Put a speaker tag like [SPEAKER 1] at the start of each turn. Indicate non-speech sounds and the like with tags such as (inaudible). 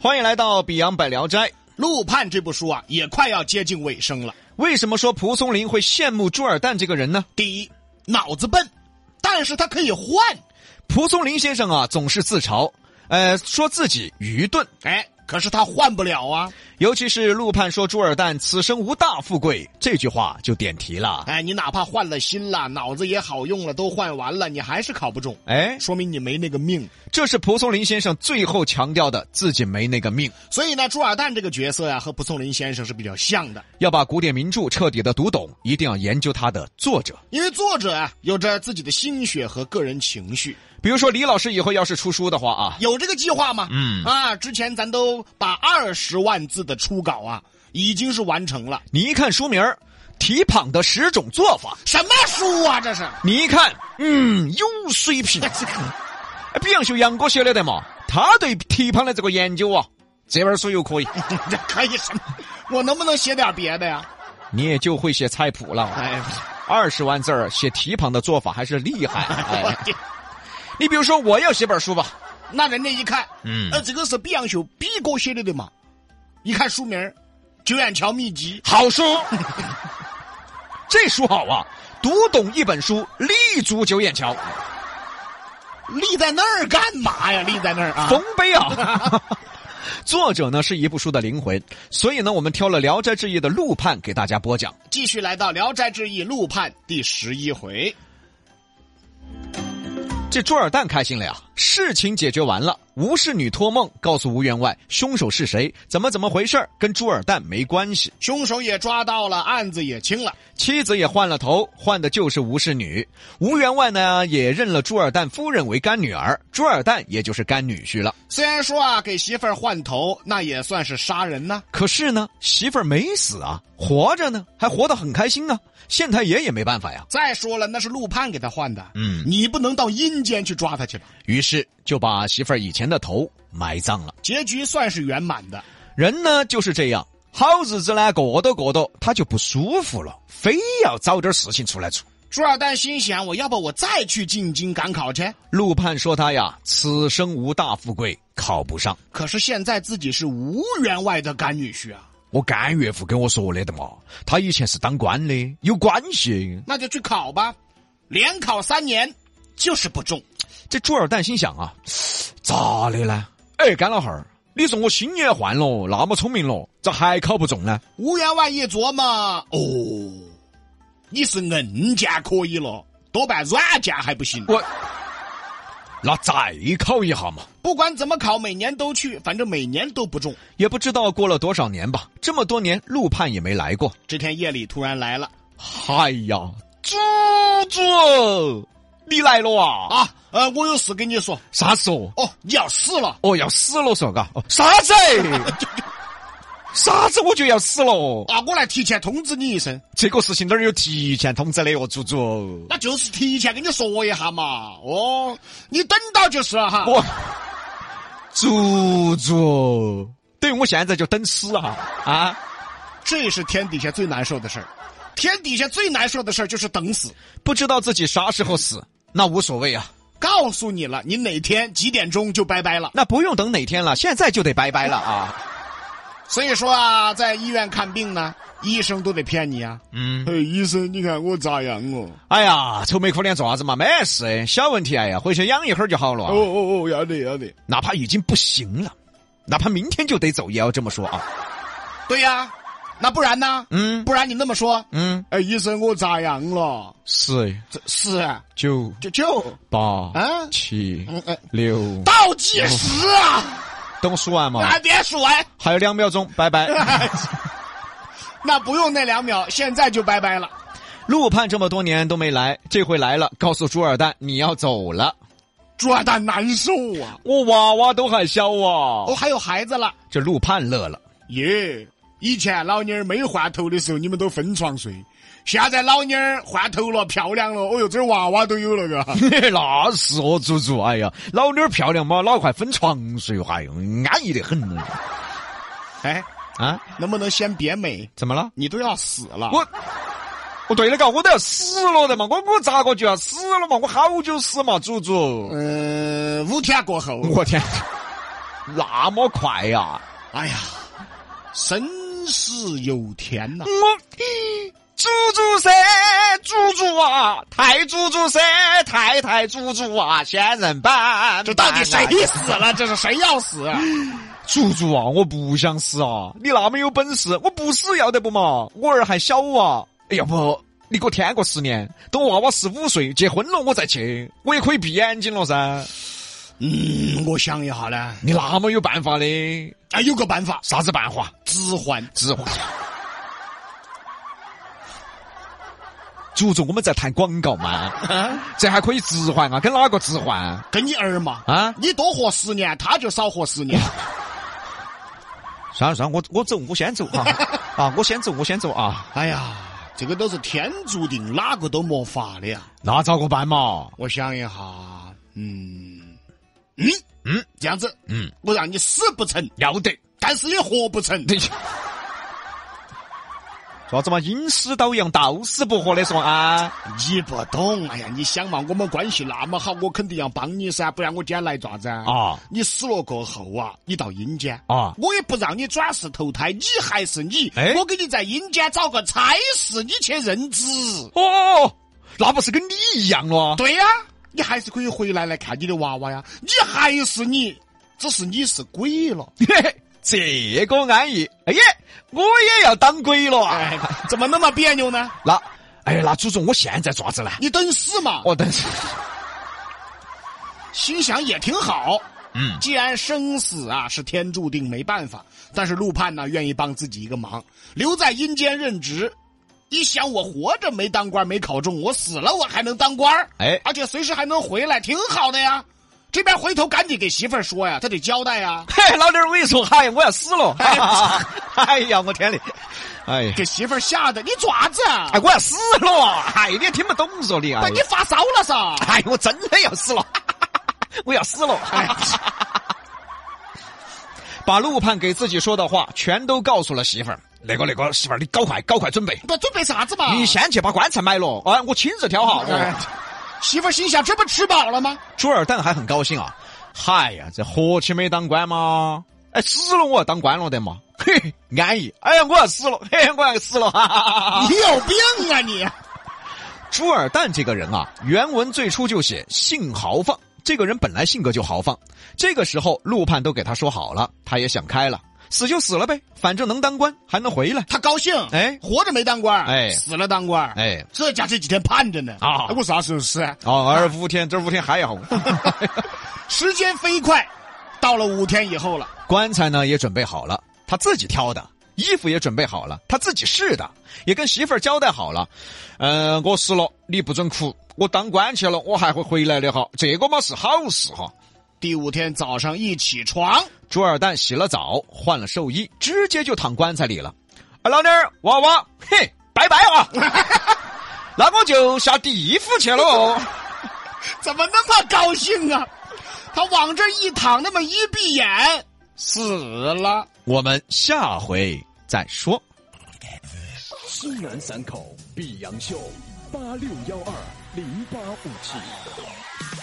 [SPEAKER 1] 欢迎来到《比洋百聊斋》。
[SPEAKER 2] 陆判这部书啊，也快要接近尾声了。
[SPEAKER 1] 为什么说蒲松龄会羡慕朱尔旦这个人呢？
[SPEAKER 2] 第一，脑子笨，但是他可以换。
[SPEAKER 1] 蒲松龄先生啊，总是自嘲，呃，说自己愚钝，
[SPEAKER 2] 哎，可是他换不了啊！
[SPEAKER 1] 尤其是陆判说朱尔旦此生无大富贵这句话就点题了。
[SPEAKER 2] 哎，你哪怕换了心了，脑子也好用了，都换完了，你还是考不中，
[SPEAKER 1] 哎，
[SPEAKER 2] 说明你没那个命。
[SPEAKER 1] 这是蒲松龄先生最后强调的，自己没那个命，
[SPEAKER 2] 所以呢，朱尔旦这个角色呀、和蒲松龄先生是比较像的，
[SPEAKER 1] 要把古典名著彻底的读懂，一定要研究它的作者。
[SPEAKER 2] 因为作者啊有着自己的心血和个人情绪。
[SPEAKER 1] 比如说李老师以后要是出书的话啊，
[SPEAKER 2] 有这个计划吗？
[SPEAKER 1] 嗯
[SPEAKER 2] 啊，之前咱都把二十万字的初稿啊，已经是完成了。
[SPEAKER 1] 你一看书名儿提膀的十种做法，
[SPEAKER 2] 什么书啊，这是？
[SPEAKER 1] 你一看，嗯，有水平。哎比洋秀杨哥写的得嘛，他对蹄膀的这个研究啊，这本书又可以， (laughs)
[SPEAKER 2] 这可以什么？我能不能写点别的呀？
[SPEAKER 1] 你也就会写菜谱了。
[SPEAKER 2] 哎，
[SPEAKER 1] 二十万字儿写蹄膀的做法还是厉害。
[SPEAKER 2] 我
[SPEAKER 1] (laughs) 哎，
[SPEAKER 2] 天，
[SPEAKER 1] 你比如说，我要写本书吧，
[SPEAKER 2] 那人家一看，
[SPEAKER 1] 嗯
[SPEAKER 2] 呃，这个是毕杨秀毕哥写的的嘛？一看书名儿，《九眼桥秘籍》，
[SPEAKER 1] 好书， (laughs) 这书好啊，读懂一本书，立足九眼桥，
[SPEAKER 2] 立在那儿干嘛呀？立在那儿啊？
[SPEAKER 1] 丰碑啊。 (laughs) 作者呢是一部书的灵魂，所以呢，我们挑了《聊斋志异》的陆判给大家播讲。
[SPEAKER 2] 继续来到《聊斋志异·陆判》第十一回，
[SPEAKER 1] 这朱尔旦开心了呀！事情解决完了，吴氏女托梦告诉吴员外凶手是谁，怎么怎么回事儿跟朱尔旦没关系。
[SPEAKER 2] 凶手也抓到了，案子也清了。
[SPEAKER 1] 妻子也换了头，换的就是吴氏女。吴员外呢也认了朱尔旦夫人为干女儿，朱尔旦也就是干女婿了。
[SPEAKER 2] 虽然说啊，给媳妇儿换头，那也算是杀人呢、
[SPEAKER 1] 可是呢，媳妇儿没死啊，活着呢，还活得很开心啊。县太爷也没办法呀，
[SPEAKER 2] 再说了，那是陆判给他换的，
[SPEAKER 1] 嗯
[SPEAKER 2] 你不能到阴间去抓他去吧？
[SPEAKER 1] 于是就把媳妇儿以前的头埋葬了。
[SPEAKER 2] 结局算是圆满的。
[SPEAKER 1] 人呢就是这样，好日子呢过着过着，他就不舒服了，非要找点事情出来做。
[SPEAKER 2] 朱尔旦心想：我要不我再去进京赶考去？
[SPEAKER 1] 陆判说他呀，此生无大富贵，考不上。
[SPEAKER 2] 可是现在自己是吴员外的干女婿啊，
[SPEAKER 1] 我干岳父跟我说的的嘛，他以前是当官的，有关系。
[SPEAKER 2] 那就去考吧，连考三年，就是不中。
[SPEAKER 1] 这朱尔旦心想啊，咋的呢？哎，干老汉儿，你说我心也换了，那么聪明了，咋还考不中呢？
[SPEAKER 2] 吴员外一琢磨，哦，你是硬件可以了，多半软件还不行。
[SPEAKER 1] 我，那再考一下嘛。
[SPEAKER 2] 不管怎么考，每年都去，反正每年都不中。
[SPEAKER 1] 也不知道过了多少年吧，这么多年陆判也没来过。
[SPEAKER 2] 这天夜里突然来了
[SPEAKER 1] 嗨哎呀，猪猪，你来了啊？
[SPEAKER 2] 啊，呃，我有事跟你说，
[SPEAKER 1] 啥时候？
[SPEAKER 2] 哦，你要死了。
[SPEAKER 1] 哦，要死了嗦，嘎！哦，啥子？ (laughs) 啥子？我就要死了！
[SPEAKER 2] 啊，我来提前通知你一声，
[SPEAKER 1] 这个事情哪儿有提前通知的哦，猪猪？
[SPEAKER 2] 那就是提前跟你说一下嘛。哦，你等到就是了哈。
[SPEAKER 1] (laughs) 我，猪猪，等于我现在就等死啊！啊！
[SPEAKER 2] 这是天底下最难受的事儿。天底下最难受的事儿就是等死。
[SPEAKER 1] 不知道自己啥时候死，那无所谓啊，
[SPEAKER 2] 告诉你了，你哪天几点钟就拜拜了。
[SPEAKER 1] 那不用等哪天了，现在就得拜拜了啊！
[SPEAKER 2] 所以说啊，在医院看病呢，医生都得骗你啊。
[SPEAKER 1] 嗯。
[SPEAKER 2] 哎，医生，你看我咋样哦？
[SPEAKER 1] 哎呀，愁眉苦脸做啥子嘛？没事的，小问题哎呀，回去养一会儿就好了啊。
[SPEAKER 2] 哦哦，要得要得。
[SPEAKER 1] 哪怕已经不行了，哪怕明天就得走，也要这么说啊。
[SPEAKER 2] 对呀、那不然呢？
[SPEAKER 1] 嗯
[SPEAKER 2] 不然你那么说，
[SPEAKER 1] 嗯，
[SPEAKER 2] 哎，医生，我咋样了？
[SPEAKER 1] 十
[SPEAKER 2] 这是啊
[SPEAKER 1] 九
[SPEAKER 2] 就就
[SPEAKER 1] 八
[SPEAKER 2] 啊
[SPEAKER 1] 七
[SPEAKER 2] 嗯嗯
[SPEAKER 1] 六，
[SPEAKER 2] 倒计时啊！
[SPEAKER 1] 等我数完嘛，
[SPEAKER 2] 那别说哎完，
[SPEAKER 1] 还有两秒钟，拜拜。 (laughs)
[SPEAKER 2] (laughs) 那不用那两秒，现在就拜拜了。
[SPEAKER 1] 陆判这么多年都没来，这回来了，告诉朱二蛋你要走了。
[SPEAKER 2] 朱二蛋难受啊！
[SPEAKER 1] 我娃娃都还小
[SPEAKER 2] 哦，
[SPEAKER 1] 啊，
[SPEAKER 2] 还有孩子了。
[SPEAKER 1] 这陆判乐了。
[SPEAKER 2] 耶！以前老妞儿没换头的时候，你们都分床睡；现在老妞儿换头了，漂亮了，哦哟，这儿娃娃都有了嘎。
[SPEAKER 1] (laughs) 那是哦，猪猪，哎呀，老妞儿漂亮嘛，哪块分床睡哎哟，还安逸的很呢。
[SPEAKER 2] (laughs) 哎，
[SPEAKER 1] 啊，
[SPEAKER 2] 能不能先别美？
[SPEAKER 1] 怎么了？
[SPEAKER 2] 你都要死了，
[SPEAKER 1] 我，我对了，嘎，我都要死了的嘛，我我咋个就要死了嘛？我好久死嘛，猪猪。
[SPEAKER 2] 呃嗯、五天过后，
[SPEAKER 1] 我天， (laughs) 那么快呀、
[SPEAKER 2] 哎呀，生死有天呐、
[SPEAKER 1] 我猪猪噻，猪猪啊，太猪猪噻，太太猪猪啊，仙人板。
[SPEAKER 2] 嗯这到底
[SPEAKER 1] 板
[SPEAKER 2] 谁
[SPEAKER 1] 啊
[SPEAKER 2] 死了？这是谁要死啊？
[SPEAKER 1] 猪猪啊？我不想死啊！你那么有本事，我不死要得不嘛？我儿还小啊，要不你给我添个十年，等娃娃十五岁结婚了，我再去，我也可以闭眼睛了噻。
[SPEAKER 2] (laughs) 嗯，我想一下呢，
[SPEAKER 1] 你那么有办法的，
[SPEAKER 2] 啊，有个办法，
[SPEAKER 1] 啥子办法？
[SPEAKER 2] 置换。
[SPEAKER 1] 置换。猪猪，我们在谈广告嘛，这还可以置换啊？跟哪个置换啊？
[SPEAKER 2] 跟你儿嘛，
[SPEAKER 1] 啊
[SPEAKER 2] 你多活十年，他就少活
[SPEAKER 1] (laughs)
[SPEAKER 2] 十年。
[SPEAKER 1] 算了算了，我我走，我先走 (laughs) 哈。啊，我先走，我先走啊。
[SPEAKER 2] 哎呀，这个都是天注定，哪个都没法的呀。
[SPEAKER 1] 那咋个办嘛？
[SPEAKER 2] 我想一下，嗯，嗯
[SPEAKER 1] 嗯，
[SPEAKER 2] 这样子，
[SPEAKER 1] 嗯，
[SPEAKER 2] 我让你死不成，
[SPEAKER 1] 要 (laughs) 得，
[SPEAKER 2] 但是也活
[SPEAKER 1] (laughs)
[SPEAKER 2] 不成。
[SPEAKER 1] 对。啥子嘛？阴尸倒阳，道死不活的说啊！
[SPEAKER 2] 你不懂，哎呀，你想嘛，我们关系那么好，我肯定要帮你噻，不然我今天来咋子啊？
[SPEAKER 1] 啊
[SPEAKER 2] 你死了过后啊，你到阴间
[SPEAKER 1] 啊
[SPEAKER 2] 我也不让你转世投胎，你还是你，
[SPEAKER 1] 哎
[SPEAKER 2] 我给你在阴间找个差事，你去任职。
[SPEAKER 1] 哦，那不是跟你一样 (laughs) 了？
[SPEAKER 2] 对呀、你还是可以回来来看你的娃娃呀，你还是你，只是你是鬼了。
[SPEAKER 1] 这个安逸，哎呀，我也要当鬼了啊！ (laughs)
[SPEAKER 2] 哎，怎么那么别扭呢？
[SPEAKER 1] 那，哎呀，那祖宗，我现在咋子呢？
[SPEAKER 2] 你等死嘛，
[SPEAKER 1] 我等下，
[SPEAKER 2] 心想也挺好。
[SPEAKER 1] 嗯，
[SPEAKER 2] 既然生死啊是天注定，没办法。但是陆判呢，愿意帮自己一个忙，留在阴间任职。一想我活着没当官没考中，我死了我还能当官儿
[SPEAKER 1] 哎
[SPEAKER 2] 而且随时还能回来，挺好的呀。这边回头赶紧给媳妇儿说呀，她得交代啊呀。
[SPEAKER 1] (laughs) 嘿，老弟儿，我跟你说，嗨，我要死了！
[SPEAKER 2] 哎
[SPEAKER 1] 哎呀，我
[SPEAKER 2] (laughs)
[SPEAKER 1] 天嘞，哎呀，
[SPEAKER 2] 给媳妇儿吓得你爪子啊，
[SPEAKER 1] 哎，我要死了！哎，你也听不懂说你啊
[SPEAKER 2] 把！你发烧了噻。
[SPEAKER 1] 哎，我真的要死了， (laughs) 我要死了！
[SPEAKER 2] 哎，
[SPEAKER 1] 把陆判给自己说的话全都告诉了媳妇儿。那个那个媳妇儿，你搞快搞快准备，
[SPEAKER 2] 不准备啥子嘛？
[SPEAKER 1] 你先去把棺材买了，哎，我亲自挑哈。
[SPEAKER 2] 啊哎
[SPEAKER 1] 哦
[SPEAKER 2] 媳妇儿心想，这不吃饱了吗？
[SPEAKER 1] 朱二蛋还很高兴啊，嗨呀，这活起没当官吗？哎，死了我要当官了的嘛，嘿，安逸。哎呀，我要死了，嘿，我要死了， (laughs) 哈哈哈哈。
[SPEAKER 2] 你有病啊你！
[SPEAKER 1] 朱尔旦这个人啊，原文最初就写性豪放，这个人本来性格就豪放。这个时候陆判都给他说好了，他也想开了，死就死了呗，反正能当官还能回来。
[SPEAKER 2] 他高兴，
[SPEAKER 1] 哎
[SPEAKER 2] 活着没当官，
[SPEAKER 1] 哎
[SPEAKER 2] 死了当官，
[SPEAKER 1] 哎，
[SPEAKER 2] 这家这几天盼着呢
[SPEAKER 1] 啊
[SPEAKER 2] 哎我啥时候死啊？
[SPEAKER 1] 哦，而五天，这五天还要。
[SPEAKER 2] 时间飞快，到了五天以后了，
[SPEAKER 1] 棺材呢也准备好了，他自己挑的，衣服也准备好了，他自己试的，也跟媳妇儿交代好了。嗯、我死了，你不准哭，我当官去了，我还会回来的哈，这个嘛是好事哈。
[SPEAKER 2] 第五天早上一起床，
[SPEAKER 1] 朱二蛋洗了澡，换了寿衣，直接就躺棺材里了。啊，老妞儿，娃娃，嘿，拜拜啊！ (laughs) 那我就下地府去了哦。
[SPEAKER 2] 怎么那么高兴啊？他往这一躺，那么一闭眼，死了。
[SPEAKER 1] 我们下回再说。
[SPEAKER 3] 西南散口碧阳秀八六幺二零八五七。